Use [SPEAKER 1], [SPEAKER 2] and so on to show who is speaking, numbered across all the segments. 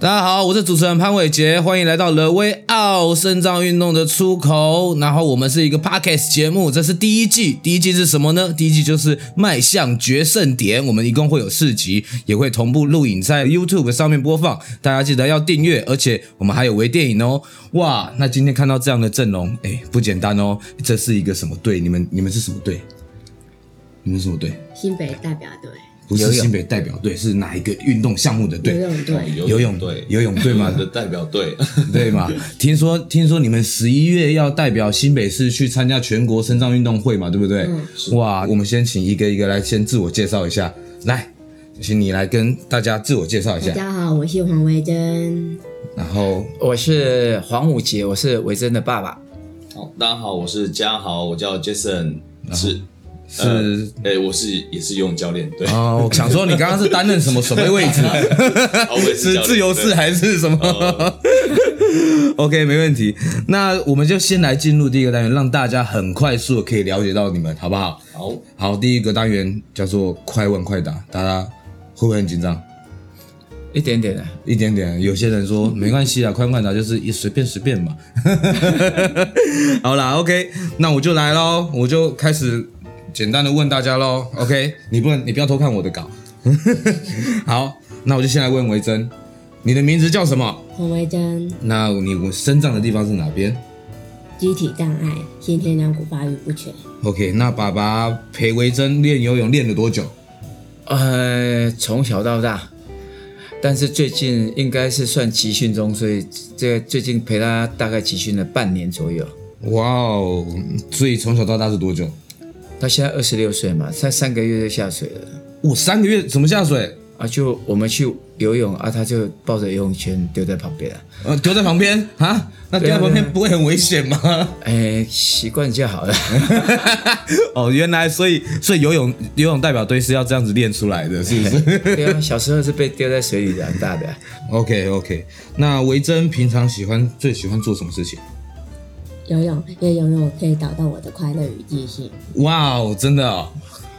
[SPEAKER 1] 大家好，我是主持人潘伟杰，欢迎来到了威奥肾脏运动的出口。然后我们是一个 podcast 节目，这是第一季。第一季是什么呢？第一季就是迈向决胜点。我们一共会有四集，也会同步录影在 YouTube 上面播放。大家记得要订阅，而且我们还有微电影哦。哇，那今天看到这样的阵容，哎，不简单哦。这是一个什么队？你们你们是什么队？你们是什么队？
[SPEAKER 2] 新北代表队、
[SPEAKER 1] 不
[SPEAKER 3] 游
[SPEAKER 1] 是
[SPEAKER 3] 泳
[SPEAKER 1] 新北代表队，是哪一个运动项目的队？
[SPEAKER 2] 游泳队，
[SPEAKER 1] 游泳队
[SPEAKER 3] 队，
[SPEAKER 1] 游泳队嘛
[SPEAKER 3] 我们的代表队，
[SPEAKER 1] 对嘛？听说听说你们十一月要代表新北市去参加全国肾脏运动会嘛，对不对？
[SPEAKER 2] 嗯
[SPEAKER 1] 哇，我们先请一个一个来先自我介绍一下，来，请你来跟大家自我介绍一
[SPEAKER 2] 大
[SPEAKER 1] 下，
[SPEAKER 2] 家好，我是黄维珍。
[SPEAKER 1] 然后
[SPEAKER 4] 我是黄武杰，我是维珍的爸爸。
[SPEAKER 3] 好，大家好，我是嘉豪，我叫 Jason，是
[SPEAKER 1] 是。
[SPEAKER 3] 呃，哎，我是也是游泳教练，对，
[SPEAKER 1] 哦，我想说你刚刚是担任什么什么位置？
[SPEAKER 3] 哦我也
[SPEAKER 1] 是
[SPEAKER 3] 教练
[SPEAKER 1] 自由式
[SPEAKER 3] 对
[SPEAKER 1] 还是什么、
[SPEAKER 3] 呃
[SPEAKER 1] o k 没问题。那我们就先来进入第一个单元，让大家很快速的可以了解到你们，好不好？
[SPEAKER 3] 好，
[SPEAKER 1] 好，第一个单元叫做快问快答，大家会不会很紧张？
[SPEAKER 4] 一点点的，
[SPEAKER 1] 一点点。有些人说没关系啊，快问快答就是一随便随便嘛。 好啦，OK，那我就来喽，我就开始简单的问大家喽。OK，你不能，你不要偷看我的稿。 好，那我就先来问维珍，你的名字叫什么？
[SPEAKER 2] 黄维珍，
[SPEAKER 1] 那你我生长的地方是哪边
[SPEAKER 2] 肢体障碍，先天两股发育不全，
[SPEAKER 1] ？OK，那爸爸陪维珍练游泳练了多久？
[SPEAKER 4] 呃，从小到大，但是最近应该是算集训中，所以这最近陪他大概集训了半年左右。
[SPEAKER 1] 哇哦，所以从小到大是多久？
[SPEAKER 4] 他现在二十六岁嘛，才三个月就下水了
[SPEAKER 1] 我哦三个月怎么下水？
[SPEAKER 4] 啊！就我们去游泳啊，他就抱着游泳圈丢在旁边了。
[SPEAKER 1] 呃，丢在旁边啊？那丢在旁边不会很危险吗？
[SPEAKER 4] 哎，习惯就好了。
[SPEAKER 1] 哦，原来所以所以游泳游泳代表队是要这样子练出来的，是不 是
[SPEAKER 4] 对啊，小时候是被丢在水里长大的啊。
[SPEAKER 1] ？OK OK，那维珍平常喜欢最喜欢做什么事情？
[SPEAKER 2] 游泳，因为游泳可以找到我的快乐与自信。
[SPEAKER 1] 哇哦，真的、哦，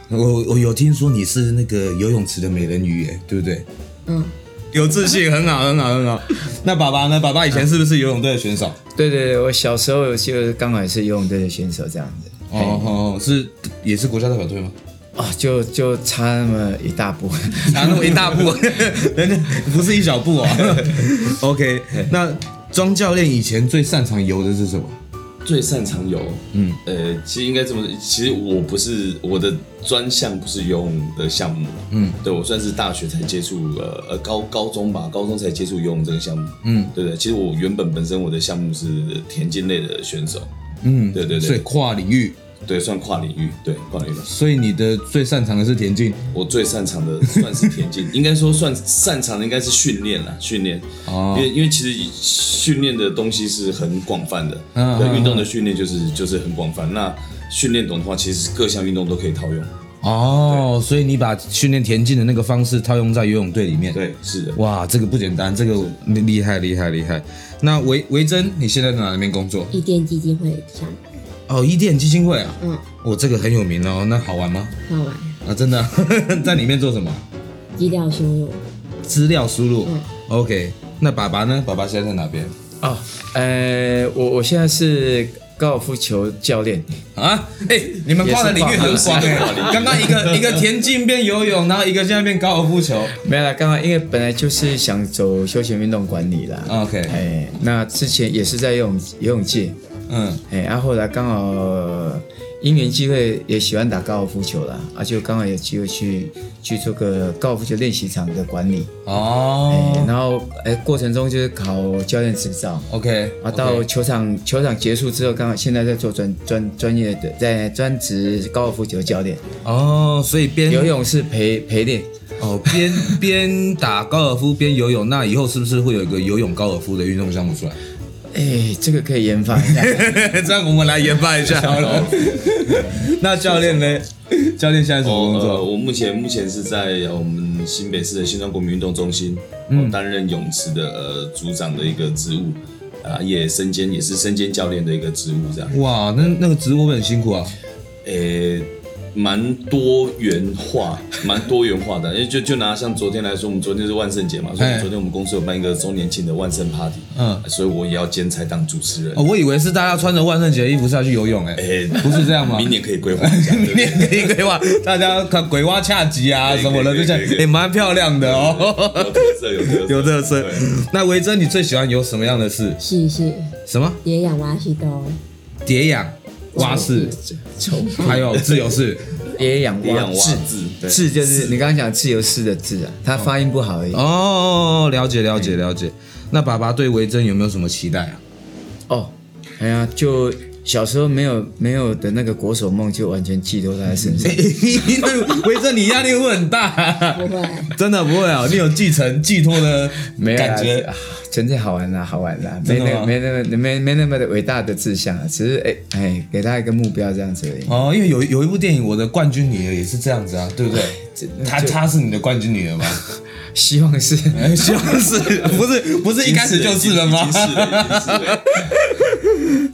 [SPEAKER 1] 我我有听说你是那个游泳池的美人鱼，哎，对不对？
[SPEAKER 2] 嗯，
[SPEAKER 1] 有自信，很好，很好，很好。那爸爸呢？爸爸以前是不是游泳队的选手？
[SPEAKER 4] 对对对，我小时候就是刚好也是游泳队的选手这样子。
[SPEAKER 1] 哦哦，哦是也是国家代表 队吗？
[SPEAKER 4] 哦，就就差那么一大步。
[SPEAKER 1] 拿啊那么一大 步，人家不是一小步 哦。OK，那庄教练以前最擅长游的是什么？
[SPEAKER 3] 最擅长游，嗯，呃，其实应该这么说，其实我不是我的专项不是游泳的项目，嗯，对我算是大学才接触，呃呃高高中吧，高中才接触游泳这个项目，嗯，对不对？其实我原本本身我的项目是田径类的选手，
[SPEAKER 1] 嗯，
[SPEAKER 3] 对对对
[SPEAKER 1] 所以跨领域，
[SPEAKER 3] 对，算跨领域，对跨领域。
[SPEAKER 1] 所以你的最擅长的是田径
[SPEAKER 3] 我最擅长的算是田径， 应该说算擅长的应该是训练啦，训练。
[SPEAKER 1] 哦
[SPEAKER 3] 因为因为其实训练的东西是很广泛的，
[SPEAKER 1] 嗯
[SPEAKER 3] 对
[SPEAKER 1] 嗯
[SPEAKER 3] 运动的训练就是就是很广泛。那训练懂的话，其实各项运动都可以套用。
[SPEAKER 1] 哦，所以你把训练田径的那个方式套用在游泳队里面。，
[SPEAKER 3] 对，是的，
[SPEAKER 1] 哇，这个不简单，这个厉厉害厉害厉害。那维维珍，你现在在哪边工作？
[SPEAKER 2] 一店基金会上班，
[SPEAKER 1] 哦，伊甸基金会啊，
[SPEAKER 2] 嗯，
[SPEAKER 1] 我、这个很有名哦，那好玩吗？
[SPEAKER 2] 好玩，
[SPEAKER 1] 啊，真的啊、 在里面做什么？
[SPEAKER 2] 资料输入，
[SPEAKER 1] 资料输入。
[SPEAKER 2] 嗯
[SPEAKER 1] OK，那爸爸呢？爸爸现在在哪边？
[SPEAKER 4] 哦，呃，我我现在是高尔夫球教练，
[SPEAKER 1] 啊，哎、你们跨的领域很广哎、刚刚一 个一个田径变游泳，然后一个现在变高尔夫球。
[SPEAKER 4] 没有啦，刚刚因为本来就是想走休闲运动管理啦。
[SPEAKER 1] OK，
[SPEAKER 4] 哎，那之前也是在游泳游泳界，
[SPEAKER 1] 嗯，
[SPEAKER 4] 哎，啊，后来刚好因缘机会也喜欢打高尔夫球啦，啊，就刚好有机会去去做个高尔夫球练习场的管理，哎，
[SPEAKER 1] 哦
[SPEAKER 4] 然后哎过程中就是考教练执照，
[SPEAKER 1] ，OK，
[SPEAKER 4] 啊，到球场球场结束之后，刚好现在在做专专专业的，在专职高尔夫球教练，
[SPEAKER 1] 哦，所以边
[SPEAKER 4] 游泳是陪陪练，
[SPEAKER 1] 哦 边边打高尔夫边游泳，那以后是不是会有一个游泳高尔夫的运动项目出来？
[SPEAKER 4] 哎，这个可以研发一下。
[SPEAKER 1] 这样我们来研发一下好了。那教练呢？教练现在什么工
[SPEAKER 3] 呃，
[SPEAKER 1] 作？
[SPEAKER 3] 我目前目前是在呃我们新北市的新庄国民运动中心，嗯，担任泳池的呃组长的一个职务，啊、也身兼
[SPEAKER 1] 呃
[SPEAKER 3] 也是身兼教练的一个职务这样。
[SPEAKER 1] 哇，那那个职务会不会很辛苦啊。
[SPEAKER 3] 诶、蛮多元化，蛮多元化的。因为就就拿像昨天来说，我们昨天是万圣节嘛，所以
[SPEAKER 1] 哎
[SPEAKER 3] 昨天我们公司有办一个周年庆的万圣 party，
[SPEAKER 1] 嗯
[SPEAKER 3] 嗯，所以我也要兼差当主持人
[SPEAKER 1] 哦，。我以为是大家穿着万圣节的衣服下去游泳、哎、
[SPEAKER 3] 哎，
[SPEAKER 1] 不是这样吗？
[SPEAKER 3] 明年可以规划一下，对不对
[SPEAKER 1] 明年可以规划，大家看鬼蛙恰吉啊
[SPEAKER 3] 可以
[SPEAKER 1] 什么 的，
[SPEAKER 3] 可
[SPEAKER 1] 就
[SPEAKER 3] 以
[SPEAKER 1] 像
[SPEAKER 3] 可以可以
[SPEAKER 1] 也蛮漂亮的哦，
[SPEAKER 3] 有特色，有特色，
[SPEAKER 1] 有特色
[SPEAKER 3] 对。
[SPEAKER 1] 那维珍，你最喜欢有什么样的事？
[SPEAKER 2] 是是，
[SPEAKER 1] 什么
[SPEAKER 2] 也养蛙是都，
[SPEAKER 1] 蝶养、蛙式，还有自由 式。
[SPEAKER 4] 也养
[SPEAKER 3] 也养
[SPEAKER 4] 蛙
[SPEAKER 3] 蛙
[SPEAKER 4] 字
[SPEAKER 3] 字对
[SPEAKER 4] 字就是你刚刚讲自由式的字啊，它发音不好而已。
[SPEAKER 1] 哦，了解了解了解。那爸爸对维珍有没有什么期 待啊？
[SPEAKER 4] 哦，哎呀，就小时候没有没有的那个国手梦，就完全寄托在他身上。
[SPEAKER 1] 维珍，你压力会很大，
[SPEAKER 2] 不会，
[SPEAKER 1] 真的不会啊？你有继承寄托的
[SPEAKER 4] 没有啦
[SPEAKER 1] 嗯感觉
[SPEAKER 4] 啊，纯粹好玩啦，好玩啦，没
[SPEAKER 1] 真的
[SPEAKER 4] 那
[SPEAKER 1] 吗
[SPEAKER 4] 个没那么没没那么的伟大的志向啊，只是哎哎给他一个目标这样子而已。
[SPEAKER 1] 哦，因为有有一部电影《我的冠军女儿》也是这样子啊，对不对？她她是你的冠军女 儿吗？
[SPEAKER 4] 希望 是
[SPEAKER 1] 希望是不是不是一开始就是了吗
[SPEAKER 3] 已经是了，已经是了。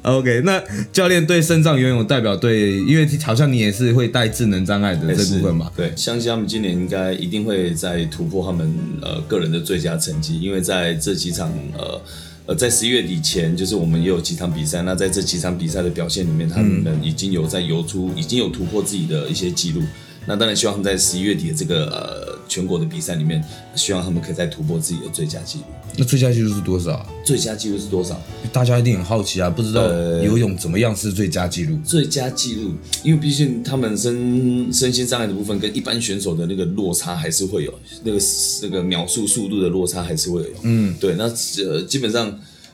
[SPEAKER 1] ？OK，那教练对肾脏游泳代表队，因为好像你也是会带智能障碍的这部分嘛，
[SPEAKER 3] 对，相信他们今年应该一定会再突破他们呃个人的最佳成绩，因为在这几场呃。呃，在十一月底前，就是我们也有几场比赛。那在这几场比赛的表现里面，他们已经有在游出，已经有突破自己的一些记录。那当然，希望他们在十一月底的这个呃全国的比赛里面，希望他们可以再突破自己的最佳记录。
[SPEAKER 1] 那最佳记录是多少啊？
[SPEAKER 3] 最佳记录是多少？
[SPEAKER 1] 大家一定很好奇啊，不知道
[SPEAKER 3] 呃
[SPEAKER 1] 游泳怎么样是最佳记录？
[SPEAKER 3] 最佳记录，因为毕竟他们身身心障碍的部分跟一般选手的那个落差还是会有，那个那个秒速速度的落差还是会有。嗯，对，那呃基本上。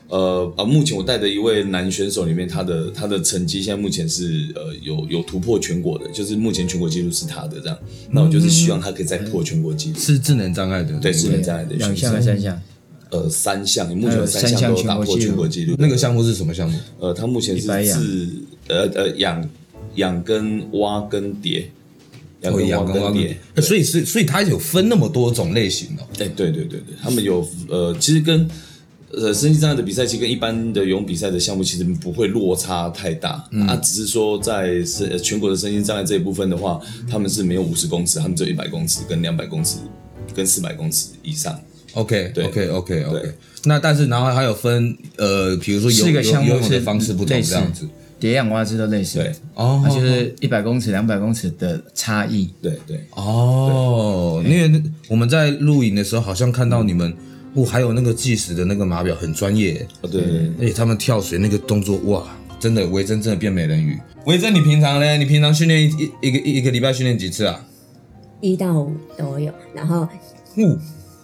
[SPEAKER 3] 呃啊，目前我带的一位男选手里面，他的他的成绩现在目前是呃有有突破全国的，就是目前全国纪录是他的这样。那我就是希望他可以再破全国纪录，
[SPEAKER 1] 是智能障碍的，
[SPEAKER 3] 对，是能障碍的
[SPEAKER 4] 两
[SPEAKER 3] 选
[SPEAKER 4] 项还是
[SPEAKER 3] 手。
[SPEAKER 4] 三项？
[SPEAKER 3] 呃，三项，目前有
[SPEAKER 4] 呃
[SPEAKER 3] 三
[SPEAKER 4] 三
[SPEAKER 3] 项
[SPEAKER 4] 项
[SPEAKER 3] 都有打
[SPEAKER 4] 全国
[SPEAKER 3] 破
[SPEAKER 4] 纪录
[SPEAKER 3] 全国纪录。
[SPEAKER 1] 那个项目是什么项目？
[SPEAKER 3] 呃，他目前是
[SPEAKER 4] 一百养
[SPEAKER 3] 自呃呃养养跟蛙跟蝶，养
[SPEAKER 1] 哦，
[SPEAKER 3] 跟
[SPEAKER 1] 仰
[SPEAKER 3] 蛙
[SPEAKER 1] 跟蛙
[SPEAKER 3] 跟
[SPEAKER 1] 跟
[SPEAKER 3] 蝶。
[SPEAKER 1] 呃所以是所以它有分那么多种类型哦。
[SPEAKER 3] 哎、对对对对，他们有呃，其实跟呃身心障碍的比赛，其实跟一般的游泳比赛的项目其实不会落差太大，
[SPEAKER 4] 嗯
[SPEAKER 3] 啊，只是说在身呃全国的身心障碍这一部分的话，他们是没有五十公尺，他们只有一百公尺跟两百公尺跟四百公尺以上。
[SPEAKER 1] OK
[SPEAKER 3] 对
[SPEAKER 1] OK OK OK
[SPEAKER 3] 对。
[SPEAKER 1] 那但是然后还有分呃，比如说游
[SPEAKER 4] 四
[SPEAKER 1] 游
[SPEAKER 4] 个项目
[SPEAKER 1] 游泳的
[SPEAKER 4] 是
[SPEAKER 1] 方式不同
[SPEAKER 4] 类似
[SPEAKER 1] 这样子。
[SPEAKER 4] 蝶样蛙字都类似
[SPEAKER 3] 对，
[SPEAKER 1] 哦
[SPEAKER 4] 它就是一百公尺、两百公尺的差异。
[SPEAKER 3] 对对，
[SPEAKER 1] 哦，因为我们在录影的时候好像看到你们，哦，还有那个计时的那个码表很专业，
[SPEAKER 3] 哦对对对。
[SPEAKER 1] 而且他们跳水那个动作，哇，真的维珍真的变美人鱼。维珍，你平常呢？你平常训练一一一个一个礼拜训练几次啊？
[SPEAKER 2] 一到五都有，然后
[SPEAKER 1] 哦，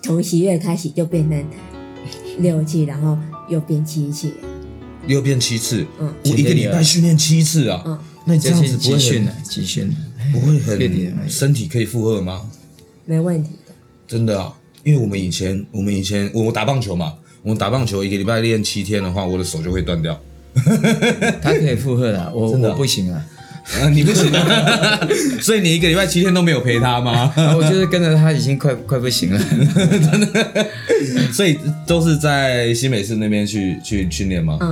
[SPEAKER 2] 从十月开始就变成六期，然后又变七期，
[SPEAKER 1] 六遍七次，
[SPEAKER 2] 嗯
[SPEAKER 1] 我一个礼拜训练七次啊，
[SPEAKER 2] 嗯
[SPEAKER 1] 那你这样子
[SPEAKER 4] 是
[SPEAKER 1] 不会
[SPEAKER 4] 集训
[SPEAKER 1] 很
[SPEAKER 4] 了，集 训了。
[SPEAKER 1] 不会
[SPEAKER 4] 确定
[SPEAKER 1] 很身体可以负荷吗？
[SPEAKER 2] 没问题的。
[SPEAKER 1] 真的啊，因为我们以前我们以前我我打棒球嘛，我们打棒球一个礼拜练七天的话，我的手就会断掉。
[SPEAKER 4] 他可以负荷啦，我
[SPEAKER 1] 真的啊
[SPEAKER 4] 我不行 啊，
[SPEAKER 1] 啊，你不行、啊 所以你一个礼拜七天都没有陪他吗？
[SPEAKER 4] 啊我就是跟着他已经快快不行了。
[SPEAKER 1] 所以都是在新北市那边去去训练吗？
[SPEAKER 2] 嗯，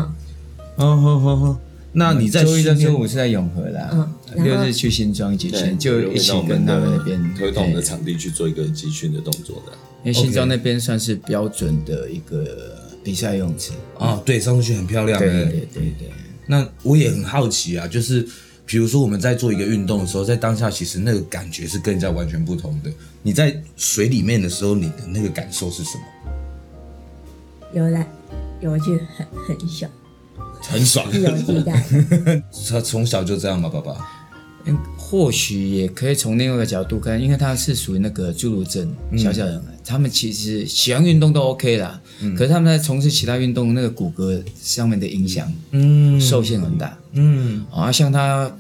[SPEAKER 1] 哦，好好好。 那你在
[SPEAKER 4] 嗯周一到
[SPEAKER 1] 训练
[SPEAKER 4] 周五是在永和啦
[SPEAKER 2] 嗯，然后
[SPEAKER 4] 六日去新庄集
[SPEAKER 3] 对
[SPEAKER 4] 训，就一起跟他们那边
[SPEAKER 3] 会到我们的
[SPEAKER 4] 对
[SPEAKER 3] 场地去做一个集训的动作的。
[SPEAKER 4] 因为新庄那边算是标准的一个比赛泳池。
[SPEAKER 1] 啊、对，上次去很漂亮
[SPEAKER 4] 对
[SPEAKER 1] 的。
[SPEAKER 4] 对对对，
[SPEAKER 1] 那我也很好奇啊，就是比如说我们在做一个运动的时候，在当下其实那个感觉是跟人家完全不同的。你在水里面的时候，你的那个感受是什么？
[SPEAKER 2] 游来游去很很爽，
[SPEAKER 1] 很 爽。
[SPEAKER 2] 自由自在。
[SPEAKER 1] 他从小就这样吗？爸爸？
[SPEAKER 4] 嗯或许也可以从另外一个角度看，因为他是属于那个侏儒症
[SPEAKER 1] 嗯
[SPEAKER 4] 小小人啊，他们其实喜欢运动都 OK 啦，
[SPEAKER 1] 嗯
[SPEAKER 4] 可是他们在从事其他运动，那个骨骼上面的影响
[SPEAKER 1] 嗯
[SPEAKER 4] 受限很大。
[SPEAKER 1] 嗯，
[SPEAKER 4] 啊，像他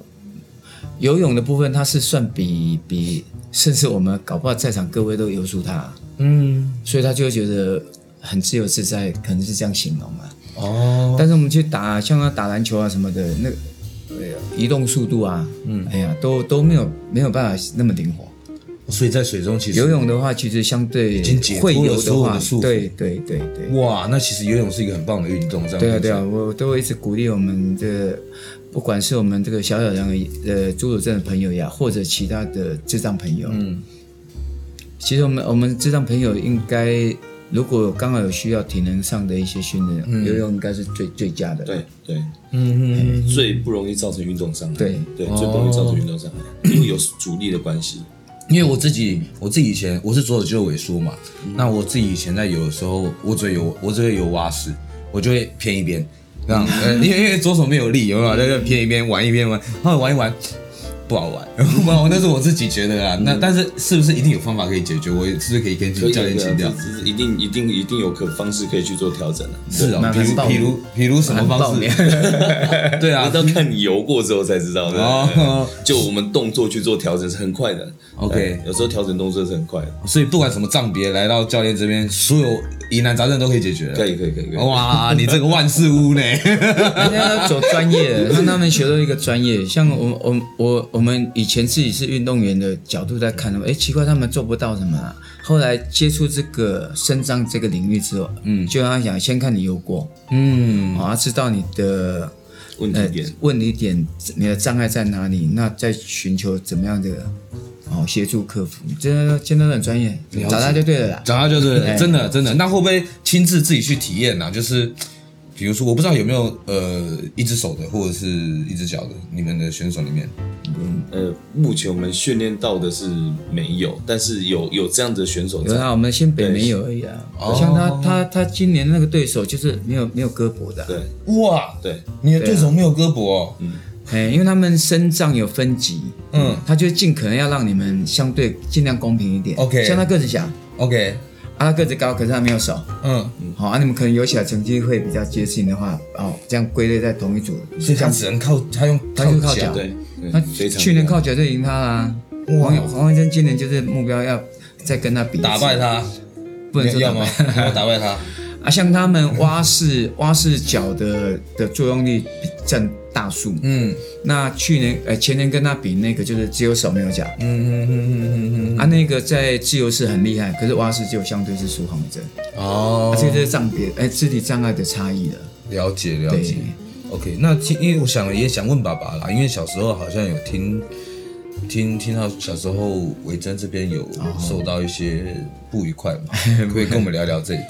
[SPEAKER 4] 游泳的部分，他是算比比，甚至我们搞不好在场各位都游输他，
[SPEAKER 1] 嗯，
[SPEAKER 4] 所以他就会觉得很自由自在，可能是这样形容啊。
[SPEAKER 1] 哦，
[SPEAKER 4] 但是我们去打，像他打篮球啊什么的，那个呃移动速度啊，嗯，哎呀，都都没有没有办法那么灵活。
[SPEAKER 1] 所以在水中其实
[SPEAKER 4] 游泳的话，其实相对
[SPEAKER 1] 经解脱
[SPEAKER 4] 会
[SPEAKER 1] 了
[SPEAKER 4] 游
[SPEAKER 1] 所
[SPEAKER 4] 的
[SPEAKER 1] 有
[SPEAKER 4] 话
[SPEAKER 1] 的束缚，
[SPEAKER 4] 对对对对，
[SPEAKER 1] 哇，那其实游泳是一个很棒的运动，这样
[SPEAKER 4] 对啊，对
[SPEAKER 1] 啊，
[SPEAKER 4] 啊，我都会一直鼓励我们的不管是我们这个小小人儿呃侏儒症的朋友呀，或者其他的智障朋友，嗯，其实我们我们智障朋友应该如果刚好有需要体能上的一些训练，
[SPEAKER 1] 嗯
[SPEAKER 4] 游泳应该是最最佳的。
[SPEAKER 3] 对对，嗯嗯，最不容易造成运动伤害，
[SPEAKER 4] 对
[SPEAKER 3] 对，最不容易造成运动伤害，因为有阻力的关系。
[SPEAKER 1] 因为我自己，我自己以前我是左手肌肉萎缩嘛，那我自己以前在有的时候，我只会有我只会有蛙式，我就会偏一边，这 样，呃因为因为左手没有力，有
[SPEAKER 3] 嗯
[SPEAKER 1] 没有？那就偏一边玩一边玩，后来玩一玩不好玩， 我那是我自己觉得啊。那但是是不是一定有方法可以解决？我是不是可以跟
[SPEAKER 3] 嗯可以
[SPEAKER 1] 嗯
[SPEAKER 3] 呃
[SPEAKER 1] 教练
[SPEAKER 3] 的
[SPEAKER 1] 请教
[SPEAKER 3] 这？这是一定一定一定有可方式可以去做调整的。
[SPEAKER 1] 是啊，
[SPEAKER 4] 慢
[SPEAKER 1] 比
[SPEAKER 4] 慢
[SPEAKER 1] 如
[SPEAKER 4] 报
[SPEAKER 1] 比如比如什么方式？ 对啊
[SPEAKER 3] 那，要看你游过之后才知道的。
[SPEAKER 1] 哦
[SPEAKER 3] 对就我们动作去做调整是很快的。
[SPEAKER 1] OK
[SPEAKER 3] 对有时候调整动作是很快的。
[SPEAKER 1] 所以不管什么障别，来到教练这边，所有疑难杂症都可以解决。
[SPEAKER 3] 可以可以可以可以。
[SPEAKER 1] 哦哇，你这个万事屋呢？
[SPEAKER 4] 人家要走专业 的，让他们学到一个专业。像我我我我们以前自己是运动员的角度在看，
[SPEAKER 1] 嗯
[SPEAKER 4] 哎，奇怪他们做不到什么、啊。后来接触这个肾脏这个领域之后，嗯，就要想先看你有过，
[SPEAKER 1] 嗯，
[SPEAKER 4] 好、要知道你的
[SPEAKER 3] 问题点，
[SPEAKER 4] 问题点，你的障碍在哪里，那再寻求怎么样的哦协助克服。这真的很专业，
[SPEAKER 1] 了解
[SPEAKER 4] 找他就对了啦。
[SPEAKER 1] 讲到就是
[SPEAKER 4] 哎
[SPEAKER 1] 真的真的，那会不会亲自自己去体验呢、啊就是比如说，我不知道有没有呃一只手的或者是一只脚的，你们的选手里面，
[SPEAKER 3] 呃，目前我们训练到的是没有，但是有有这样的选手
[SPEAKER 4] 有
[SPEAKER 3] 在。
[SPEAKER 4] 啊，我们新北没有而已啊。
[SPEAKER 1] 对
[SPEAKER 4] 像他
[SPEAKER 1] 哦
[SPEAKER 4] 他他今年那个对手就是没有没有胳膊的啊、
[SPEAKER 3] 对
[SPEAKER 1] 哇，
[SPEAKER 3] 对，
[SPEAKER 1] 你的对手没有胳膊、哦，
[SPEAKER 4] 哎，因为他们身障有分级，
[SPEAKER 1] 嗯
[SPEAKER 4] 他就尽可能要让你们相对尽量公平一点。
[SPEAKER 1] OK
[SPEAKER 4] 像他个子小，啊，
[SPEAKER 1] ，OK，
[SPEAKER 4] 他个子高，可是他没有手，
[SPEAKER 1] 嗯，
[SPEAKER 4] 好、啊，你们可能有起来成绩会比较接近的话，哦，这样归类在同一组，
[SPEAKER 1] 所以他只能靠他用
[SPEAKER 4] 他就靠
[SPEAKER 1] 脚
[SPEAKER 4] 脚，
[SPEAKER 3] 对，
[SPEAKER 4] 他
[SPEAKER 3] 嗯非常
[SPEAKER 4] 去年靠脚就赢他啦。黄黄慧珍今年就是目标要再跟他比一次
[SPEAKER 1] 打败，他，
[SPEAKER 4] 不能说
[SPEAKER 1] 要
[SPEAKER 4] 打
[SPEAKER 1] 吗
[SPEAKER 4] 败？
[SPEAKER 1] 要打败他，
[SPEAKER 4] 啊，像他们蛙式 蛙式脚的的作用力占大数，
[SPEAKER 1] 嗯
[SPEAKER 4] 那去年呃前年跟他比那个就是只有手没有脚，
[SPEAKER 1] 嗯嗯嗯嗯嗯
[SPEAKER 4] 啊，那个在自由式很厉害，可是蛙式就相对是舒缓一针，
[SPEAKER 1] 嗯，哦
[SPEAKER 4] 啊，这个就是障别哎肢体障碍的差异了。
[SPEAKER 1] 了解了解
[SPEAKER 4] 对。
[SPEAKER 1] OK，那听，因为我想也想问爸爸啦，因为小时候好像有听听听到小时候维珍这边有受到一些不愉快嘛，可不可以跟我们聊聊这个？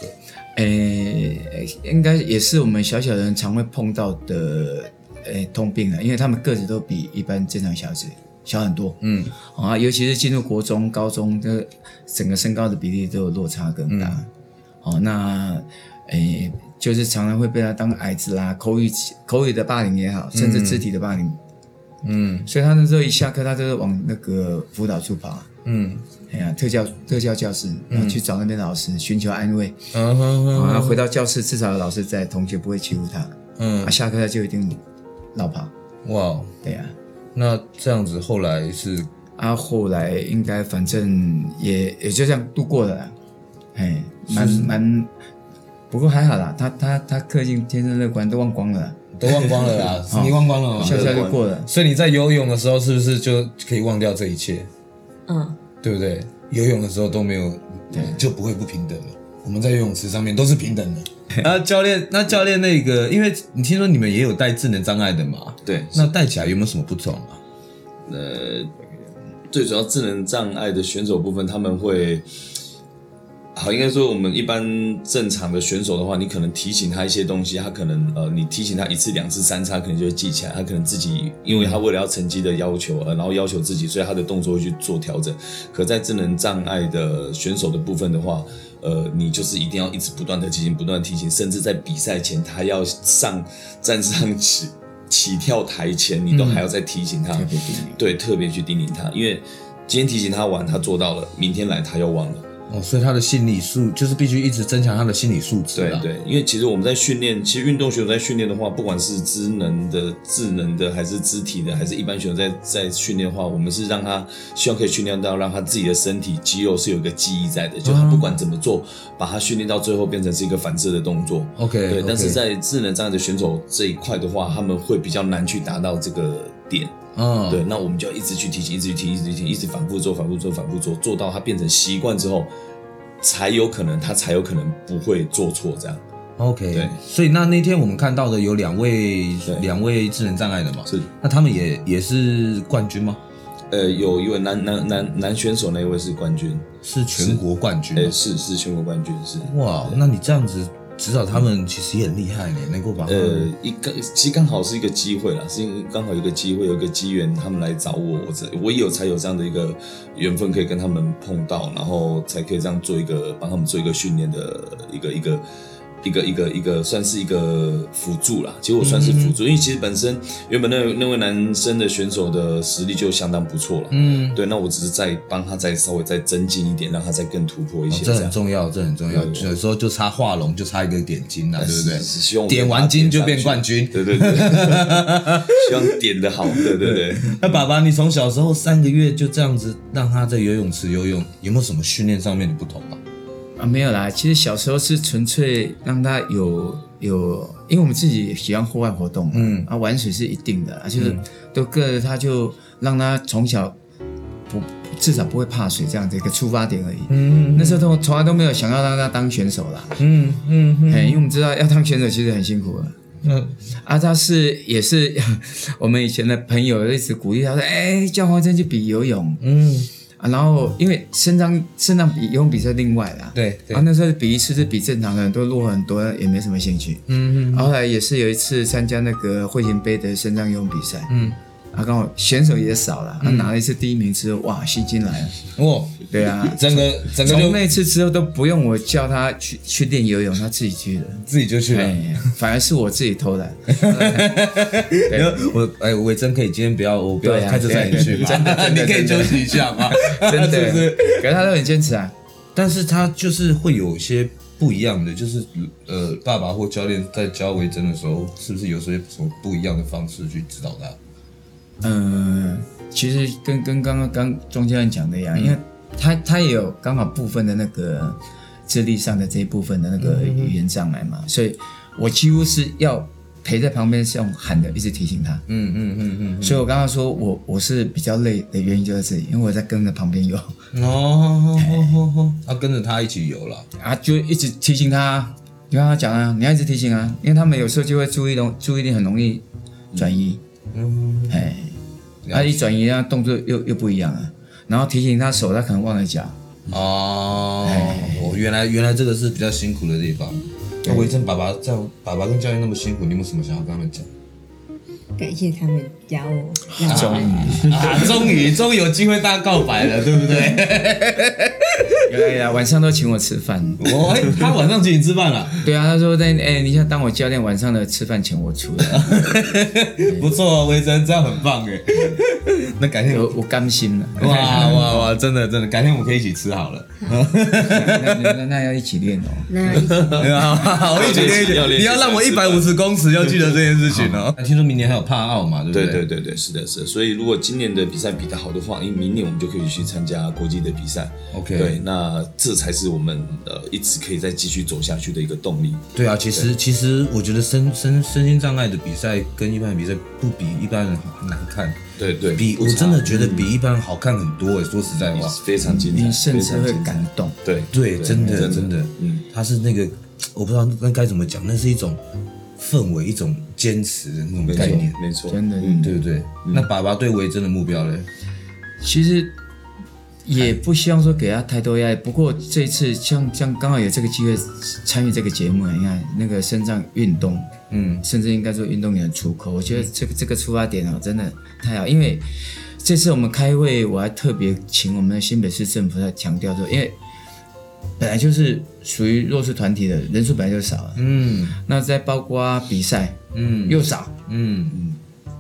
[SPEAKER 4] 诶、应该也是我们小小人常会碰到的诶、通病啊，因为他们个子都比一般正常小孩子小很多，
[SPEAKER 1] 嗯，
[SPEAKER 4] 啊，尤其是进入国中、高中，这个整个身高的比例都有落差更大，
[SPEAKER 1] 嗯
[SPEAKER 4] 哦，那诶、就是常常会被他当矮子啦，口语口语的霸凌也好，甚至肢体的霸凌，
[SPEAKER 1] 嗯
[SPEAKER 4] 所以他那时候一下课，他就是往那个辅导处跑，
[SPEAKER 1] 嗯
[SPEAKER 4] 哎呀，特教特教教室，然后去找那边老师寻求安慰。
[SPEAKER 1] 嗯哼
[SPEAKER 4] 啊，回到教室至少有老师在，同学不会欺负他。啊，
[SPEAKER 1] 嗯，
[SPEAKER 4] 下课他就一定绕跑。
[SPEAKER 1] 哇，
[SPEAKER 4] 对呀、
[SPEAKER 1] 那这样子后来是
[SPEAKER 4] 啊，啊，后来应该反正也也就这样度过了啦。哎，蛮蛮，不过还好啦，他他他氪金天生乐观都忘光了啦，
[SPEAKER 1] 都忘光了啦，你哦忘光了吗？
[SPEAKER 4] 笑笑就过了。
[SPEAKER 1] 所以你在游泳的时候是不是就可以忘掉这一切，
[SPEAKER 2] 嗯，
[SPEAKER 1] 对不对？游泳的时候都没有，就不会不平等了。我们在游泳池上面都是平等的。 那教练，那教练那个，因为你听说你们也有带智能障碍的嘛？
[SPEAKER 3] 对，
[SPEAKER 1] 那带起来有没有什么不同啊？
[SPEAKER 3] 呃，最主要智能障碍的选手部分，他们会，好，应该说我们一般正常的选手的话，你可能提醒他一些东西，他可能呃，你提醒他一次、两次、三次，他可能就会记起来。他可能自己，因为他为了要成绩的要求，呃，然后要求自己，所以他的动作会去做调整。可在智能障碍的选手的部分的话，呃，你就是一定要一直不断的提醒、不断的提醒，甚至在比赛前，他要上站上起起跳台前，你都还要再提醒他。
[SPEAKER 4] 特别叮咛
[SPEAKER 3] 对，特别去叮咛他，因为今天提醒他完，他做到了，明天来他又忘了。
[SPEAKER 1] 哦，所以他的心理素就是必须一直增强他的心理素质啊
[SPEAKER 3] 对
[SPEAKER 1] 啦。
[SPEAKER 3] 对，因为其实我们在训练，其实运动选手在训练的话，不管是智能的、智能的，还是肢体的，还是一般选手在在训练的话，我们是让他希望可以训练到让他自己的身体肌肉是有一个记忆在的，
[SPEAKER 1] 嗯
[SPEAKER 3] 就是他不管怎么做，把它训练到最后变成是一个反射的动作。
[SPEAKER 1] OK，
[SPEAKER 3] 对
[SPEAKER 1] OK
[SPEAKER 3] 但是在智能障碍的选手这一块的话，他们会比较难去达到这个点。
[SPEAKER 1] 嗯，
[SPEAKER 3] 对，那我们就要一直去提醒，一直去提，一直去提，一直反复做，反复做，反复做，做到他变成习惯之后，才有可能，他才有可能不会做错这样。
[SPEAKER 1] OK，
[SPEAKER 3] 对
[SPEAKER 1] 所以那那天我们看到的有两位
[SPEAKER 3] 对
[SPEAKER 1] 两位智能障碍的嘛，
[SPEAKER 3] 是，
[SPEAKER 1] 那他们也也是冠军吗？
[SPEAKER 3] 呃，有一位男男男男选手那一位是冠军，
[SPEAKER 1] 是全国冠军
[SPEAKER 3] 呃，
[SPEAKER 1] 吗？
[SPEAKER 3] 是是全国冠军，是
[SPEAKER 1] 哇，那你这样子指导他们其实也很厉害呢，能够把他
[SPEAKER 3] 呃
[SPEAKER 1] 们，
[SPEAKER 3] 一刚其实刚好是一个机会啦，是因为刚好有一个机会，有一个机缘，他们来找我，我才我也有才有这样的一个缘分，可以跟他们碰到，然后才可以这样做一个帮他们做一个训练的一个一个一个一个一个算是一个辅助啦。其实我算是
[SPEAKER 1] 嗯
[SPEAKER 3] 辅助，因为其实本身原本那那位男生的选手的实力就相当不错了。
[SPEAKER 1] 嗯，
[SPEAKER 3] 对，那我只是再帮他再稍微再增进一点，让他再更突破一
[SPEAKER 1] 哦
[SPEAKER 3] 些，
[SPEAKER 1] 这
[SPEAKER 3] 这
[SPEAKER 1] 很
[SPEAKER 3] 样。
[SPEAKER 1] 重要，这很重要。
[SPEAKER 3] 对
[SPEAKER 1] 有时候就差画龙，就差一个点睛
[SPEAKER 4] 啊
[SPEAKER 1] 了，对不对
[SPEAKER 3] 是？是希望我们
[SPEAKER 1] 点
[SPEAKER 3] 把
[SPEAKER 1] 完
[SPEAKER 3] 它
[SPEAKER 1] 金就
[SPEAKER 3] 上
[SPEAKER 1] 变
[SPEAKER 3] 去
[SPEAKER 1] 冠军。
[SPEAKER 3] 对对对， 希望点的好，对对对。
[SPEAKER 1] 那爸爸，你从小时候三个月就这样子让他在游泳池游泳，有没有什么训练上面的不同啊？
[SPEAKER 4] 啊，没有啦。其实小时候是纯粹让他有有，因为我们自己喜欢户外活动嘛，
[SPEAKER 1] 嗯
[SPEAKER 4] 啊，玩水是一定的，啊，就是都各他就让他从小不至少不会怕水这样的一个出发点而已。
[SPEAKER 1] 嗯
[SPEAKER 4] 那时候都从来都没有想要让他当选手啦，
[SPEAKER 1] 嗯嗯嗯，
[SPEAKER 4] 哎，因为我们知道要当选手其实很辛苦的。
[SPEAKER 1] 那
[SPEAKER 4] 啊，他是也是 我们以前的朋友一直鼓励他说：“哎，叫黄真去比游泳。
[SPEAKER 1] 嗯，
[SPEAKER 4] 啊”然后因为肾脏肾脏比游泳比赛另外啦，
[SPEAKER 1] 对对
[SPEAKER 4] 啊，，那时候比一次是比正常的人都弱很多，也没什么兴趣。
[SPEAKER 1] 嗯嗯
[SPEAKER 4] 后来也是有一次参加那个会前杯的肾脏游泳比赛，
[SPEAKER 1] 嗯，
[SPEAKER 4] 啊，刚好选手也少了，啊，拿了一次第一名之后，哇，吸金来了。
[SPEAKER 1] 哦，
[SPEAKER 4] 对啊，
[SPEAKER 1] 整个整个
[SPEAKER 4] 从
[SPEAKER 1] 就
[SPEAKER 4] 那次之后都不用我叫他去去练游泳，他自己去了。
[SPEAKER 1] 自己就去了。
[SPEAKER 4] 哎，反而是我自己偷懒。 对
[SPEAKER 1] 然后我哎，伟珍可以今天不要，我不要
[SPEAKER 4] 对啊
[SPEAKER 1] 开车载你去嘛，
[SPEAKER 4] 对真的真 的
[SPEAKER 1] 你可以
[SPEAKER 4] 真
[SPEAKER 1] 休
[SPEAKER 4] 的
[SPEAKER 1] 息一下嘛，
[SPEAKER 4] 真
[SPEAKER 1] 是
[SPEAKER 4] 的，
[SPEAKER 1] 不是？
[SPEAKER 4] 可是他都很坚持啊。
[SPEAKER 1] 但是他就是会有一些不一样的，就是呃，爸爸或教练在教维珍的时候，是不是有些什么不一样的方式去指导他？
[SPEAKER 4] 嗯，其实跟跟刚刚刚钟教练讲的一样，因
[SPEAKER 1] 嗯
[SPEAKER 4] 为他他也有刚好部分的那个智力上的这一部分的那
[SPEAKER 1] 嗯
[SPEAKER 4] 个语言障碍嘛，所以我几乎是要陪在旁边是用喊的，一直提醒他。
[SPEAKER 1] 嗯嗯嗯
[SPEAKER 4] 所以我刚刚说我我是比较累的原因就在这里，因为我在跟着旁边游
[SPEAKER 1] 嗯，哦，他跟着他一起游了，
[SPEAKER 4] 啊，就一直提醒他。你刚刚讲啊，你要一直提醒啊，因为他们有时候就会注意容注意力很容易转移，
[SPEAKER 1] 嗯，
[SPEAKER 4] 哎、他、一转移，他动作又又不一样啊。然后提醒他手，他可能忘了脚。
[SPEAKER 1] 哦，我原来原来这个是比较辛苦的地方。那维珍爸爸在爸爸跟教练那么辛苦，你有没有什么想要跟他们讲？
[SPEAKER 2] 感谢他们教我，让我
[SPEAKER 4] 终 于，
[SPEAKER 1] 啊，终 于终于有机会大告白了，对不对？
[SPEAKER 4] 原来哎呀，晚上都请我吃饭。
[SPEAKER 1] 我、哎他晚上请你吃饭了，
[SPEAKER 4] 对啊，他说那哎、你想当我教练，晚上的吃饭钱我出了，
[SPEAKER 1] 不错哦，维珍这样很棒 哎。那改天
[SPEAKER 4] 我我甘心了。
[SPEAKER 1] 哇哇哇，真的真的，改天我们可以一起吃好 了。
[SPEAKER 4] 那那那要一起练哦。
[SPEAKER 2] 那一起
[SPEAKER 1] 好好好，啊我一起练一起
[SPEAKER 3] 要，练
[SPEAKER 1] 你
[SPEAKER 3] 习
[SPEAKER 1] 要让我一百五十公尺，要记得这件事情哦。听说明年还有帕奥嘛，对不
[SPEAKER 3] 对
[SPEAKER 1] 对
[SPEAKER 3] 对对对，是的，是的。所以如果今年的比赛比得好的话，因为明年我们就可以去参加国际的比赛。
[SPEAKER 1] OK
[SPEAKER 3] 对，那这才是我们呃一直可以再继续走下去的一个动力。
[SPEAKER 1] 对啊，其实其实我觉得身身身心障碍的比赛跟一般的比赛不比一般人好难看，
[SPEAKER 3] 对对，
[SPEAKER 1] 比
[SPEAKER 3] 不
[SPEAKER 1] 我
[SPEAKER 3] 差
[SPEAKER 1] 真的觉得比一般人好看很多欸诶，说实在话，
[SPEAKER 3] 非常精彩，
[SPEAKER 4] 你甚至
[SPEAKER 3] 非
[SPEAKER 4] 会
[SPEAKER 3] 常精彩
[SPEAKER 4] 感动，
[SPEAKER 3] 对
[SPEAKER 1] 对，真的真的，
[SPEAKER 3] 嗯，
[SPEAKER 1] 他是那个我不知道那该怎么讲，那是一种氛围，一种坚持的那种
[SPEAKER 3] 没
[SPEAKER 1] 概
[SPEAKER 3] 错
[SPEAKER 1] 念，
[SPEAKER 3] 没错，
[SPEAKER 4] 真的。
[SPEAKER 3] 嗯
[SPEAKER 1] 对不对？那爸爸对维珍的目标嘞？
[SPEAKER 4] 其实也不希望说给他太多压力，不过这次像像刚好有这个机会参与这个节目，你看那个肾脏运动，
[SPEAKER 1] 嗯，
[SPEAKER 4] 甚至应该说运动员出口，我觉得这个这个出发点哦，真的太好，因为这次我们开会，我还特别请我们的新北市政府在强调说，因为本来就是属于弱势团体的人数本来就少了，
[SPEAKER 1] 嗯
[SPEAKER 4] 那再包括比赛，
[SPEAKER 1] 嗯
[SPEAKER 4] 又少，
[SPEAKER 1] 嗯，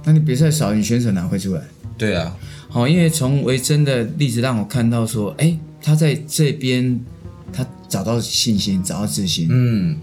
[SPEAKER 4] 那你比赛少，你选手哪会出来？
[SPEAKER 1] 对啊，
[SPEAKER 4] 好，哦因为从维珍的例子让我看到说，哎，他在这边他找到信心，找到自信，
[SPEAKER 1] 嗯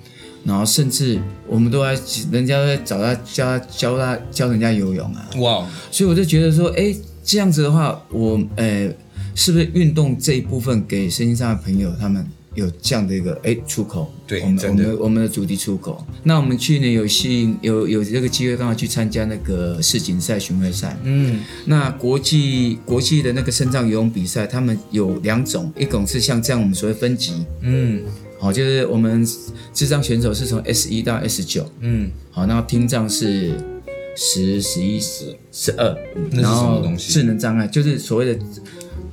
[SPEAKER 4] 然后甚至我们都在人家都在找他教他教他教人家游泳啊，
[SPEAKER 1] 哇，
[SPEAKER 4] 所以我就觉得说，哎，这样子的话，我呃，是不是运动这一部分给身心上的朋友他们有这样的一个哎出口？
[SPEAKER 1] 对
[SPEAKER 4] 我们
[SPEAKER 1] 真
[SPEAKER 4] 我
[SPEAKER 1] 的
[SPEAKER 4] 们的我们的主题出口。那我们去年有幸有有这个机会，刚好去参加那个世锦赛巡回赛，
[SPEAKER 1] 嗯
[SPEAKER 4] 那国际国际的那个肾脏游泳比赛，他们有两种，一种是像这样我们所谓分级，
[SPEAKER 1] 嗯
[SPEAKER 4] 好，就是我们智障选手是从 S 一到 S 九，
[SPEAKER 1] 嗯，
[SPEAKER 4] 好，那听障是十、十一、十、十二，然
[SPEAKER 1] 那是什么
[SPEAKER 4] 后
[SPEAKER 1] 东西
[SPEAKER 4] 智能障碍就是所谓的，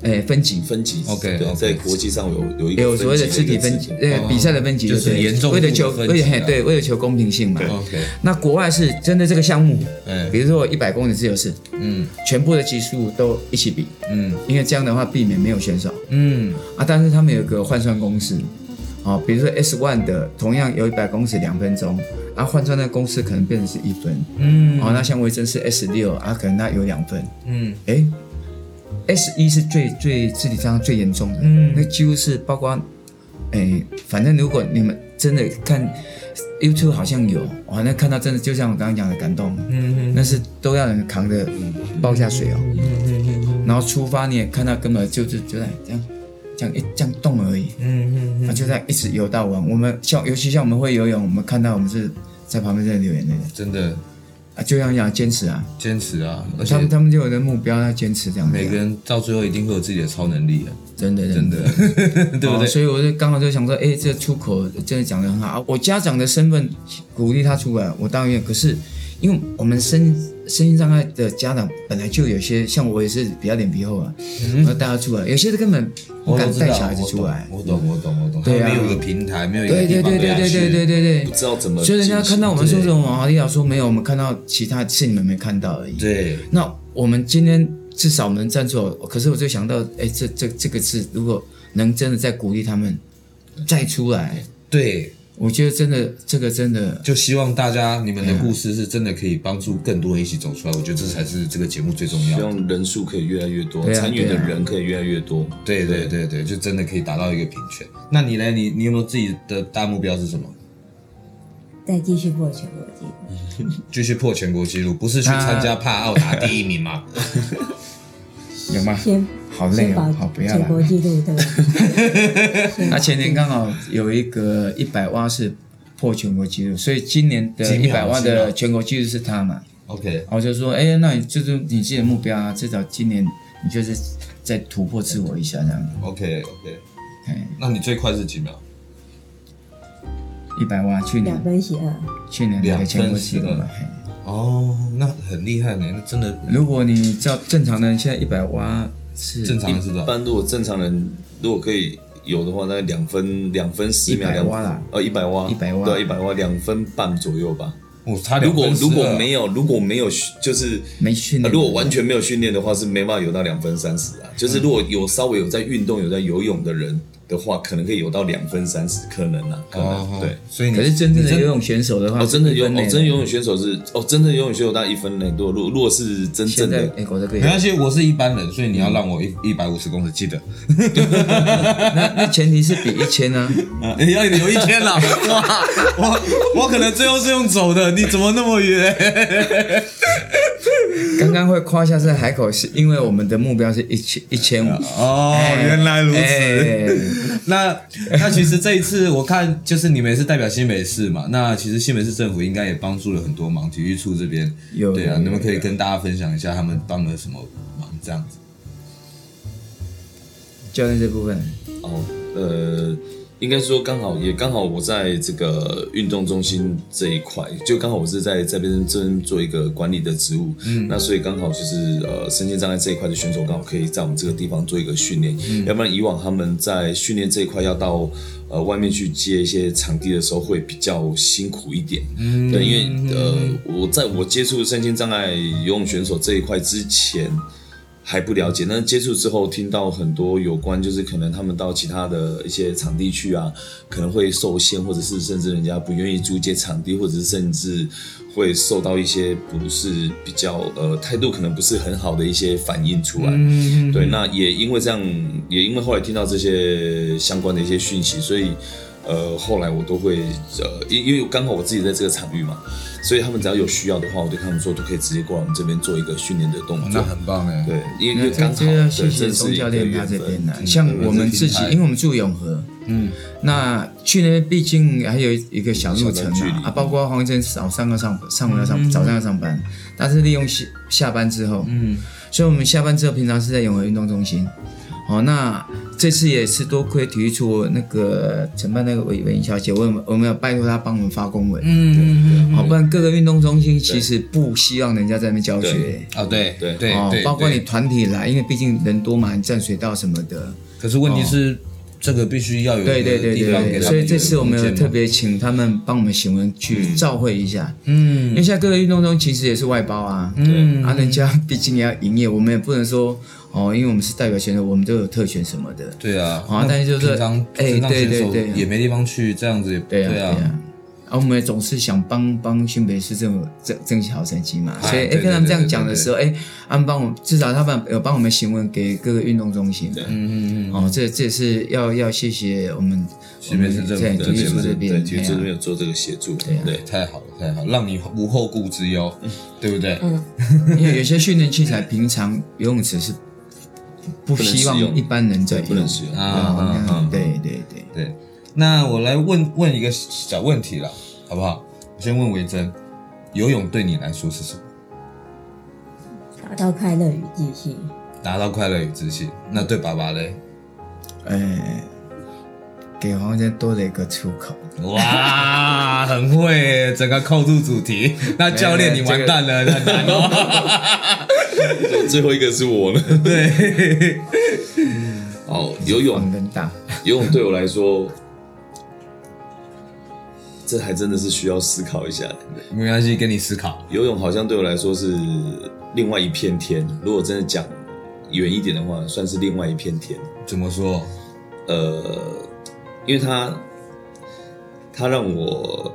[SPEAKER 4] 诶、分级，
[SPEAKER 3] 分级
[SPEAKER 1] OK，
[SPEAKER 3] 对
[SPEAKER 1] OK
[SPEAKER 3] 在国际上有有一个
[SPEAKER 4] 有所谓的肢体分级
[SPEAKER 3] 级，，
[SPEAKER 4] 呃，比赛的分级
[SPEAKER 1] 哦就是
[SPEAKER 4] 对
[SPEAKER 1] 严重
[SPEAKER 4] 为了
[SPEAKER 1] 度
[SPEAKER 4] 求，
[SPEAKER 1] 的分级
[SPEAKER 4] 为了嘿
[SPEAKER 1] 啊
[SPEAKER 4] 对，为了求公平性嘛。
[SPEAKER 3] 对
[SPEAKER 1] OK，
[SPEAKER 4] 那国外是针对这个项目，
[SPEAKER 1] 嗯
[SPEAKER 4] 比如说我一百公里自由式，
[SPEAKER 1] 嗯
[SPEAKER 4] 全部的级数都一起比，
[SPEAKER 1] 嗯
[SPEAKER 4] 因为这样的话避免没有选手
[SPEAKER 1] 嗯
[SPEAKER 4] 啊。但是他们有个换算公式，哦，比如说 S one 的同样有一百公尺两分钟，啊，换算的公式可能变成是一分，
[SPEAKER 1] 嗯
[SPEAKER 4] 哦，那像维珍是 S 六啊，可能那有两分，
[SPEAKER 1] 嗯
[SPEAKER 4] 哎，S 一是最最肢体障碍最严重的，
[SPEAKER 1] 嗯
[SPEAKER 4] 那几乎是包括，哎，反正如果你们真的看 YouTube 好像有，哇，那看到真的就像我刚刚讲的感动，
[SPEAKER 1] 嗯
[SPEAKER 4] 那是都要人扛着嗯抱下水哦，
[SPEAKER 1] 嗯
[SPEAKER 4] 然后出发你也看到根本就是就在这样这样一这样动而已，
[SPEAKER 1] 嗯
[SPEAKER 4] 啊，就在一直游到完。我们像尤其像我们会游泳，我们看到我们是在旁边在流眼泪的
[SPEAKER 1] 真的
[SPEAKER 4] 啊，就像讲坚持啊，
[SPEAKER 1] 坚持啊，而且
[SPEAKER 4] 他们他们就有的目标要坚持这样子啊，
[SPEAKER 1] 每个人到最后一定会有自己的超能力啊，
[SPEAKER 4] 真的
[SPEAKER 1] 真的，对不
[SPEAKER 4] 哦
[SPEAKER 1] 对？
[SPEAKER 4] 所以我就刚好就想说，哎、这出口真的讲得很好。啊我家长的身份鼓励他出来，我当然愿。可是因为我们身身心障碍的家长本来就有些，像我也是比较脸皮厚啊，然后带他出来，有些是根本不
[SPEAKER 1] 我
[SPEAKER 4] 敢
[SPEAKER 1] 都知道
[SPEAKER 4] 带小孩子
[SPEAKER 1] 我懂
[SPEAKER 4] 出来。
[SPEAKER 1] 我懂，我懂，我懂。
[SPEAKER 4] 对啊
[SPEAKER 1] 他没有一个平台，没有一个
[SPEAKER 4] 对
[SPEAKER 1] 地
[SPEAKER 4] 对
[SPEAKER 1] 方
[SPEAKER 4] 对对
[SPEAKER 1] 可以
[SPEAKER 4] 对
[SPEAKER 1] 去
[SPEAKER 4] 对对对
[SPEAKER 3] 不
[SPEAKER 4] 对。
[SPEAKER 3] 知道怎么
[SPEAKER 4] 所
[SPEAKER 3] 进行，
[SPEAKER 4] 以人家看到我们说这
[SPEAKER 3] 对
[SPEAKER 4] 种王力老说没有，我们看到其他是你们没看到而已。
[SPEAKER 1] 对，
[SPEAKER 4] 那我们今天至少我们站住了，可是我就想到，哎，这这这个字，如果能真的再鼓励他们再出来，
[SPEAKER 1] 对，
[SPEAKER 4] 我觉得真的这个真的
[SPEAKER 1] 就希望大家你们的故事是真的可以帮助更多人一起走出来。我觉得这才是这个节目最重要
[SPEAKER 3] 希
[SPEAKER 1] 的。
[SPEAKER 3] 望人数可以越来越多，
[SPEAKER 4] 对啊
[SPEAKER 3] 参与的
[SPEAKER 4] 对啊
[SPEAKER 3] 人可以越来越多。
[SPEAKER 1] 对对对对，就真的可以达到一个平权。那你呢？你你有没有自己的大目标是什么？
[SPEAKER 2] 再继续破全国纪录，
[SPEAKER 1] 继续破全国纪录，不是去参加帕奥打第一名吗？
[SPEAKER 4] 有吗？
[SPEAKER 2] 先
[SPEAKER 4] 好累
[SPEAKER 2] 先
[SPEAKER 4] 哦
[SPEAKER 2] 把，
[SPEAKER 4] 好不要
[SPEAKER 2] 全国
[SPEAKER 4] 了。
[SPEAKER 2] 纪录对吧？先把
[SPEAKER 4] 那前年刚好有一个一百万是破全国纪录，所以今年的
[SPEAKER 1] 几
[SPEAKER 4] 一
[SPEAKER 1] 秒啊
[SPEAKER 4] 百万
[SPEAKER 1] 几秒
[SPEAKER 4] 的全国纪录是他嘛？
[SPEAKER 1] OK，
[SPEAKER 4] 然后我就说，哎，那你就是你自己的目标啊，至少今年你就是再突破自我一下这样。
[SPEAKER 1] OK OK，
[SPEAKER 4] 哎，
[SPEAKER 1] 那你最快是几秒？
[SPEAKER 4] 一百万，去
[SPEAKER 2] 两
[SPEAKER 4] 年
[SPEAKER 2] 分十二，
[SPEAKER 4] 去年那个全国纪录
[SPEAKER 1] 两分
[SPEAKER 4] 嘛。嘿
[SPEAKER 1] 哦，那很厉害呢，那真的
[SPEAKER 4] 如果你照正常的人，现在一百挖是
[SPEAKER 1] 正常是
[SPEAKER 3] 一
[SPEAKER 1] 吧？
[SPEAKER 3] 般如果正常人如果可以有的话，那两分两分十秒，
[SPEAKER 4] 100
[SPEAKER 3] 两
[SPEAKER 4] 蛙啦
[SPEAKER 3] 呃一百蛙，
[SPEAKER 4] 100蛙
[SPEAKER 3] 对，一百蛙两分半左右吧。
[SPEAKER 1] 我差
[SPEAKER 3] 啊如果如果没
[SPEAKER 1] 有，
[SPEAKER 3] 有如果没有就是
[SPEAKER 4] 没训练，
[SPEAKER 3] 呃啊如果完全没有训练的话，是没办法游到两分三十啊。就是如果有稍微有在运动、有在游泳的人的话，可能可以游到两分三十，可能啊，可
[SPEAKER 1] 哦
[SPEAKER 3] 能，对。
[SPEAKER 1] 所以你
[SPEAKER 4] 可是真正
[SPEAKER 1] 你
[SPEAKER 4] 的游泳选手的话，
[SPEAKER 3] 哦，真的游
[SPEAKER 4] 一
[SPEAKER 3] 哦
[SPEAKER 4] 分，内
[SPEAKER 3] 真的游泳选手是哦，真的游泳选手大概一分内多。如果如果是真
[SPEAKER 4] 现
[SPEAKER 3] 正
[SPEAKER 4] 在
[SPEAKER 3] 的
[SPEAKER 4] 哎，我这个
[SPEAKER 1] 没关系，我是一般人，所以你要让我一一百五十公尺，记得。
[SPEAKER 4] 那那前提是比一千 啊，
[SPEAKER 1] 你哎要留一天啦！哇，我我可能最后是用走的，你怎么那么远？
[SPEAKER 4] 刚刚会夸一下是海口，是因为我们的目标是一千一千五。
[SPEAKER 1] 哦，
[SPEAKER 4] 哎
[SPEAKER 1] 原来如此。
[SPEAKER 4] 哎
[SPEAKER 1] 那那其实这一次我看，就是你们也是代表新北市嘛，那其实新北市政府应该也帮助了很多忙，体育处这边
[SPEAKER 4] 有
[SPEAKER 1] 对啊，
[SPEAKER 4] 有
[SPEAKER 1] 你们可以
[SPEAKER 4] 有
[SPEAKER 1] 跟大家分享一下他们帮了什么忙这样子。
[SPEAKER 4] 教练这部分，
[SPEAKER 3] 哦，呃，应该说刚好也刚好我在这个运动中心这一块，就刚好我是在这边这边做一个管理的职务，嗯，那所以刚好就是呃身心障碍这一块的选手刚好可以在我们这个地方做一个训练，要不然以往他们在训练这一块要到呃外面去接一些场地的时候会比较辛苦一点，嗯，对，因为呃我在我接触身心障碍游泳选手这一块之前。还不了解，但是接触之后听到很多有关，就是可能他们到其他的一些场地去啊，可能会受限，或者是甚至人家不愿意租借场地，或者是甚至会受到一些不是比较呃态度可能不是很好的一些反应出来。
[SPEAKER 1] 嗯，
[SPEAKER 3] 对，那也因为这样，也因为后来听到这些相关的一些讯息，所以呃，后来我都会呃，因因为刚好我自己在这个场域嘛，所以他们只要有需要的话，我对他们说都可以直接过来我们这边做一个训练的动作。
[SPEAKER 1] 那很棒哎。
[SPEAKER 3] 对，因
[SPEAKER 4] 那
[SPEAKER 3] 为
[SPEAKER 4] 这
[SPEAKER 3] 刚好
[SPEAKER 4] 这要
[SPEAKER 3] 对，
[SPEAKER 4] 谢谢
[SPEAKER 3] 真
[SPEAKER 4] 钟
[SPEAKER 3] 是一
[SPEAKER 4] 教
[SPEAKER 3] 个
[SPEAKER 4] 练
[SPEAKER 3] 嗯
[SPEAKER 4] 他
[SPEAKER 3] 缘
[SPEAKER 4] 这边啊
[SPEAKER 3] 分。
[SPEAKER 4] 的，像我们自
[SPEAKER 1] 这
[SPEAKER 4] 己
[SPEAKER 1] 个平，台
[SPEAKER 4] 因为我们住永和，
[SPEAKER 1] 嗯，
[SPEAKER 4] 那去那边毕竟还有一个小路程
[SPEAKER 3] 小段距
[SPEAKER 4] 嘛
[SPEAKER 3] 离，嗯
[SPEAKER 4] 啊，包括黄医生早上要上上午要上早上要上班，但是利用下下班之后，
[SPEAKER 1] 嗯，
[SPEAKER 4] 所以我们下班之后平常是在永和运动中心，哦，那这次也是多亏体育处那个承办那个委委员小姐，我们我们要拜托她帮我们发公文，哦
[SPEAKER 1] 嗯，
[SPEAKER 4] 好，不然各个运动中心其实不希望人家在那边教学
[SPEAKER 3] 对。
[SPEAKER 1] 啊，对
[SPEAKER 3] 对
[SPEAKER 1] 对
[SPEAKER 4] 哦
[SPEAKER 1] 对，，
[SPEAKER 4] 包括你
[SPEAKER 1] 对。
[SPEAKER 4] 团体来，因为毕竟人多嘛，你站水道什么的，
[SPEAKER 1] 可是问题是，这个必须要有一
[SPEAKER 4] 哦对对
[SPEAKER 1] 个
[SPEAKER 4] 对
[SPEAKER 1] 地
[SPEAKER 4] 对
[SPEAKER 1] 方给
[SPEAKER 4] 对，
[SPEAKER 1] 他们
[SPEAKER 4] 所以
[SPEAKER 1] 一
[SPEAKER 4] 这
[SPEAKER 1] 个
[SPEAKER 4] 次我们
[SPEAKER 1] 空
[SPEAKER 4] 有
[SPEAKER 1] 间嘛
[SPEAKER 4] 特，别请他们帮我们行文去照会一下，因
[SPEAKER 1] 嗯
[SPEAKER 4] 为现在各个运动中其实也是外包啊，
[SPEAKER 1] 嗯
[SPEAKER 4] 啊，人家毕竟也要营业，我们也不能说哦，因为我们是代表选手，我们都有特权什么的，
[SPEAKER 1] 对啊，
[SPEAKER 4] 啊
[SPEAKER 1] 那
[SPEAKER 4] 但是就是
[SPEAKER 1] 平常
[SPEAKER 4] 哎
[SPEAKER 1] 平常选
[SPEAKER 4] 对
[SPEAKER 1] 手
[SPEAKER 4] 对对
[SPEAKER 1] 也没地方去，这样子也
[SPEAKER 4] 对啊，对
[SPEAKER 1] 对
[SPEAKER 4] 啊。啊，我们总是想帮帮新北市政府争争取好成绩嘛，所以哎
[SPEAKER 1] 对对
[SPEAKER 4] 跟他们这样
[SPEAKER 1] 对对
[SPEAKER 4] 讲的时候，哎，他们帮我至少他们有帮我们询问给各个运动中心，
[SPEAKER 1] 嗯嗯嗯，
[SPEAKER 4] 哦，这这是要要谢谢我们
[SPEAKER 1] 新北市政府
[SPEAKER 4] 我们
[SPEAKER 1] 的
[SPEAKER 4] 在体育
[SPEAKER 1] 联
[SPEAKER 4] 处
[SPEAKER 1] 盟
[SPEAKER 4] 这
[SPEAKER 3] 对，
[SPEAKER 4] 边，
[SPEAKER 3] 体育
[SPEAKER 4] 哎
[SPEAKER 3] 处
[SPEAKER 4] 呀
[SPEAKER 3] 这边有做这个协助，
[SPEAKER 4] 对啊
[SPEAKER 3] 对，
[SPEAKER 1] 太好了太好了，让你无后顾之忧，对不对？
[SPEAKER 2] 嗯，
[SPEAKER 4] 因为有些训练器材平常游泳池是不
[SPEAKER 3] 不能
[SPEAKER 4] 希望
[SPEAKER 3] 使用
[SPEAKER 4] 一般人在
[SPEAKER 3] 不
[SPEAKER 4] 用
[SPEAKER 3] 能使用
[SPEAKER 1] 啊
[SPEAKER 4] 啊
[SPEAKER 1] 啊啊，
[SPEAKER 4] 对对对，
[SPEAKER 1] 对，那我来问问一个小问题啦，好不好？我先问维珍，游泳对你来说是什么？
[SPEAKER 2] 达到快乐与自信。
[SPEAKER 1] 达到快乐与自信。那对爸爸 嘞？
[SPEAKER 4] 哎，给黄先多了一个出口。
[SPEAKER 1] 啊哇，很会耶，整个扣住主 题。那教练你完蛋了，很难哦。
[SPEAKER 3] 最后一个是我 呢。
[SPEAKER 1] 对，
[SPEAKER 3] 哦，游泳
[SPEAKER 4] 黄，跟大，
[SPEAKER 3] 游泳对我来说，这还真的是需要思考一下的。
[SPEAKER 1] 没关系，给你思考。
[SPEAKER 3] 游泳好像对我来说是另外一片天。如果真的讲远一点的话，算是另外一片天。
[SPEAKER 1] 怎么说？
[SPEAKER 3] 呃，因为它它让我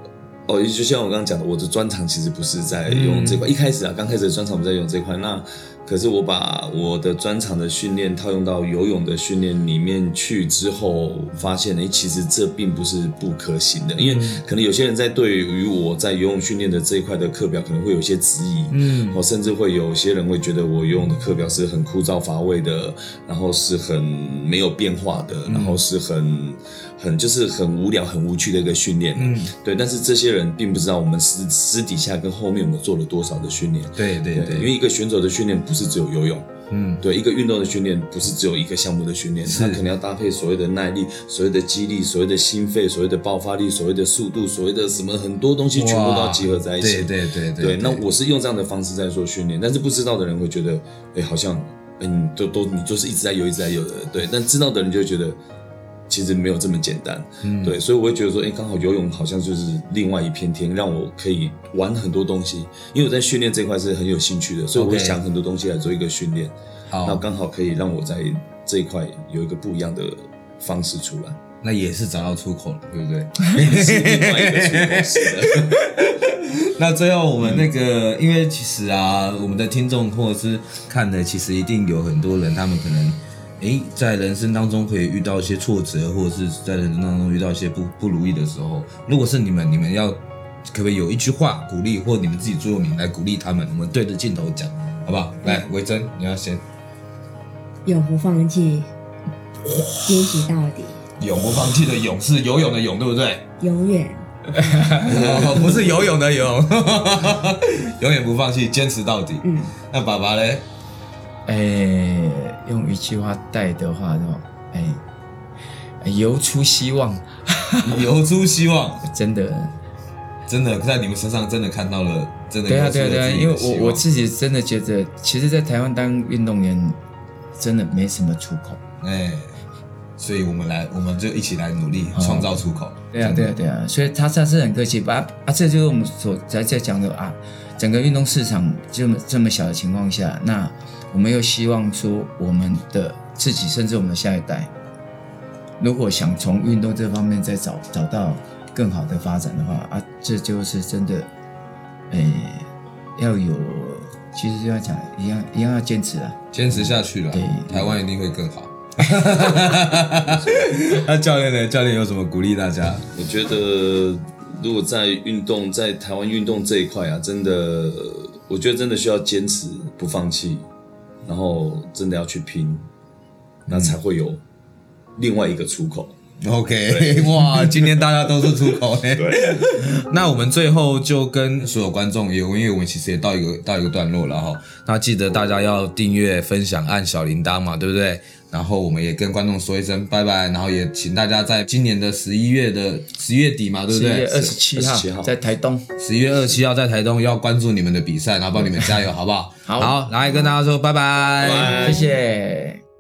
[SPEAKER 3] 哦，就像我刚刚讲的，我的专长其实不是在游泳这块。一开始啊，刚开始的专长不在游泳这块，那可是我把我的专长的训练套用到游泳的训练里面去之后，发现诶，其实这并不是不可行的，因为可能有些人在对于我在游泳训练的这一块的课表，可能会有一些质疑，
[SPEAKER 1] 嗯
[SPEAKER 3] 哦，甚至会有些人会觉得我游泳的课表是很枯燥乏味的，然后是很没有变化的，然
[SPEAKER 1] 嗯
[SPEAKER 3] 后是很很就是很无聊、很无趣的一个训练。
[SPEAKER 1] 嗯，
[SPEAKER 3] 对。但是这些人并不知道我们私私底下跟后面我们做了多少的训练。
[SPEAKER 1] 对对对，
[SPEAKER 3] 因为一个选手的训练不是只有游泳，
[SPEAKER 1] 嗯
[SPEAKER 3] 对一个运动的训练不是只有一个项目的训练，
[SPEAKER 1] 是
[SPEAKER 3] 它可能要搭配所谓的耐力、所谓的肌力、所谓的心肺、所谓的爆发力、所谓的速度、所谓的什么很多东西全部都要集合在一起。
[SPEAKER 1] 对对对
[SPEAKER 3] 对那我是用这样的方式在做训练，但是不知道的人会觉得，哎，好像，嗯，都都你就是一直在游，一直在游的，对。但知道的人就会觉得，其实没有这么简单，
[SPEAKER 1] 嗯
[SPEAKER 3] 对。所以我会觉得说，哎，刚好游泳好像就是另外一片天，让我可以玩很多东西，因为我在训练这块是很有兴趣的，所以我会
[SPEAKER 1] OK
[SPEAKER 3] 想很多东西来做一个训练，那
[SPEAKER 1] 好，
[SPEAKER 3] 刚好可以让我在这一块有一个不一样的方式出来，
[SPEAKER 1] 那也是找到出口了，对不对？
[SPEAKER 3] 是另外一个出口是的。
[SPEAKER 1] 那最后我们那个，因为其实啊，我们的听众或者是看的，其实一定有很多人，他们可能。诶，在人生当中可以遇到一些挫折，或者是在人生当中遇到一些不不如意的时候，如果是你们，你们要可不可以有一句话鼓励，或你们自己座右铭来鼓励他们？我们对着镜头讲，好不好？来，维珍，你要先
[SPEAKER 2] 永不放弃，坚持到底，
[SPEAKER 1] 永不放弃的永是游泳的泳，对不对？
[SPEAKER 2] 永远
[SPEAKER 1] 哦不是游泳 的泳，永远不放弃，坚持到底。
[SPEAKER 2] 嗯，
[SPEAKER 1] 那爸爸嘞？
[SPEAKER 4] 哎，用一句话带的话的话，哎，游出希望，
[SPEAKER 1] 游出希望，
[SPEAKER 4] 真的。
[SPEAKER 1] 真的在你们身上真的看到了，真的
[SPEAKER 4] 对啊，
[SPEAKER 1] 有出
[SPEAKER 4] 对
[SPEAKER 1] 了
[SPEAKER 4] 啊，对啊，
[SPEAKER 1] 自己
[SPEAKER 4] 因为
[SPEAKER 1] 的希
[SPEAKER 4] 我我
[SPEAKER 1] 望
[SPEAKER 4] 自己真的觉得，其实，在台湾当运动员真的没什么出口。
[SPEAKER 1] 哎，所以我们来，我们就一起来努力创造出口。
[SPEAKER 4] 哦对啊，对啊，对啊，所以他他是很客气，把啊，这就是我们所在在讲的啊，整个运动市场这么这么小的情况下，那我们又希望说我们的自己，甚至我们的下一代，如果想从运动这方面再找找到更好的发展的话啊，这就是真的，诶、要有，其实就要讲一样一样要坚持啊，
[SPEAKER 1] 坚持下去了
[SPEAKER 4] 对，
[SPEAKER 1] 台湾一定会更好。 那教练呢？教练有什么鼓励大家？
[SPEAKER 3] 我觉得，如果在运动，在台湾运动这一块啊，真的，我觉得真的需要坚持不放弃，然后真的要去拼，那才会有另外一个出口。
[SPEAKER 1] OK，哇，今天大家都是出口呢。那我们最后就跟所有观众也，因为我们其实也到一个到一个段落了哈。那记得大家要订阅、分享、按小铃铛嘛，对不对？然后我们也跟观众说一声拜拜，然后也请大家在今年的十一月的十月底嘛，对不
[SPEAKER 4] 十一
[SPEAKER 1] 对
[SPEAKER 4] 月？二十七
[SPEAKER 3] 27号
[SPEAKER 4] 号在台东，
[SPEAKER 1] 十一月二十七号在台东要关注你们的比赛，然后帮你们加油，好不好？
[SPEAKER 4] 好
[SPEAKER 1] 来跟大家说拜拜
[SPEAKER 3] 拜拜
[SPEAKER 4] 谢谢。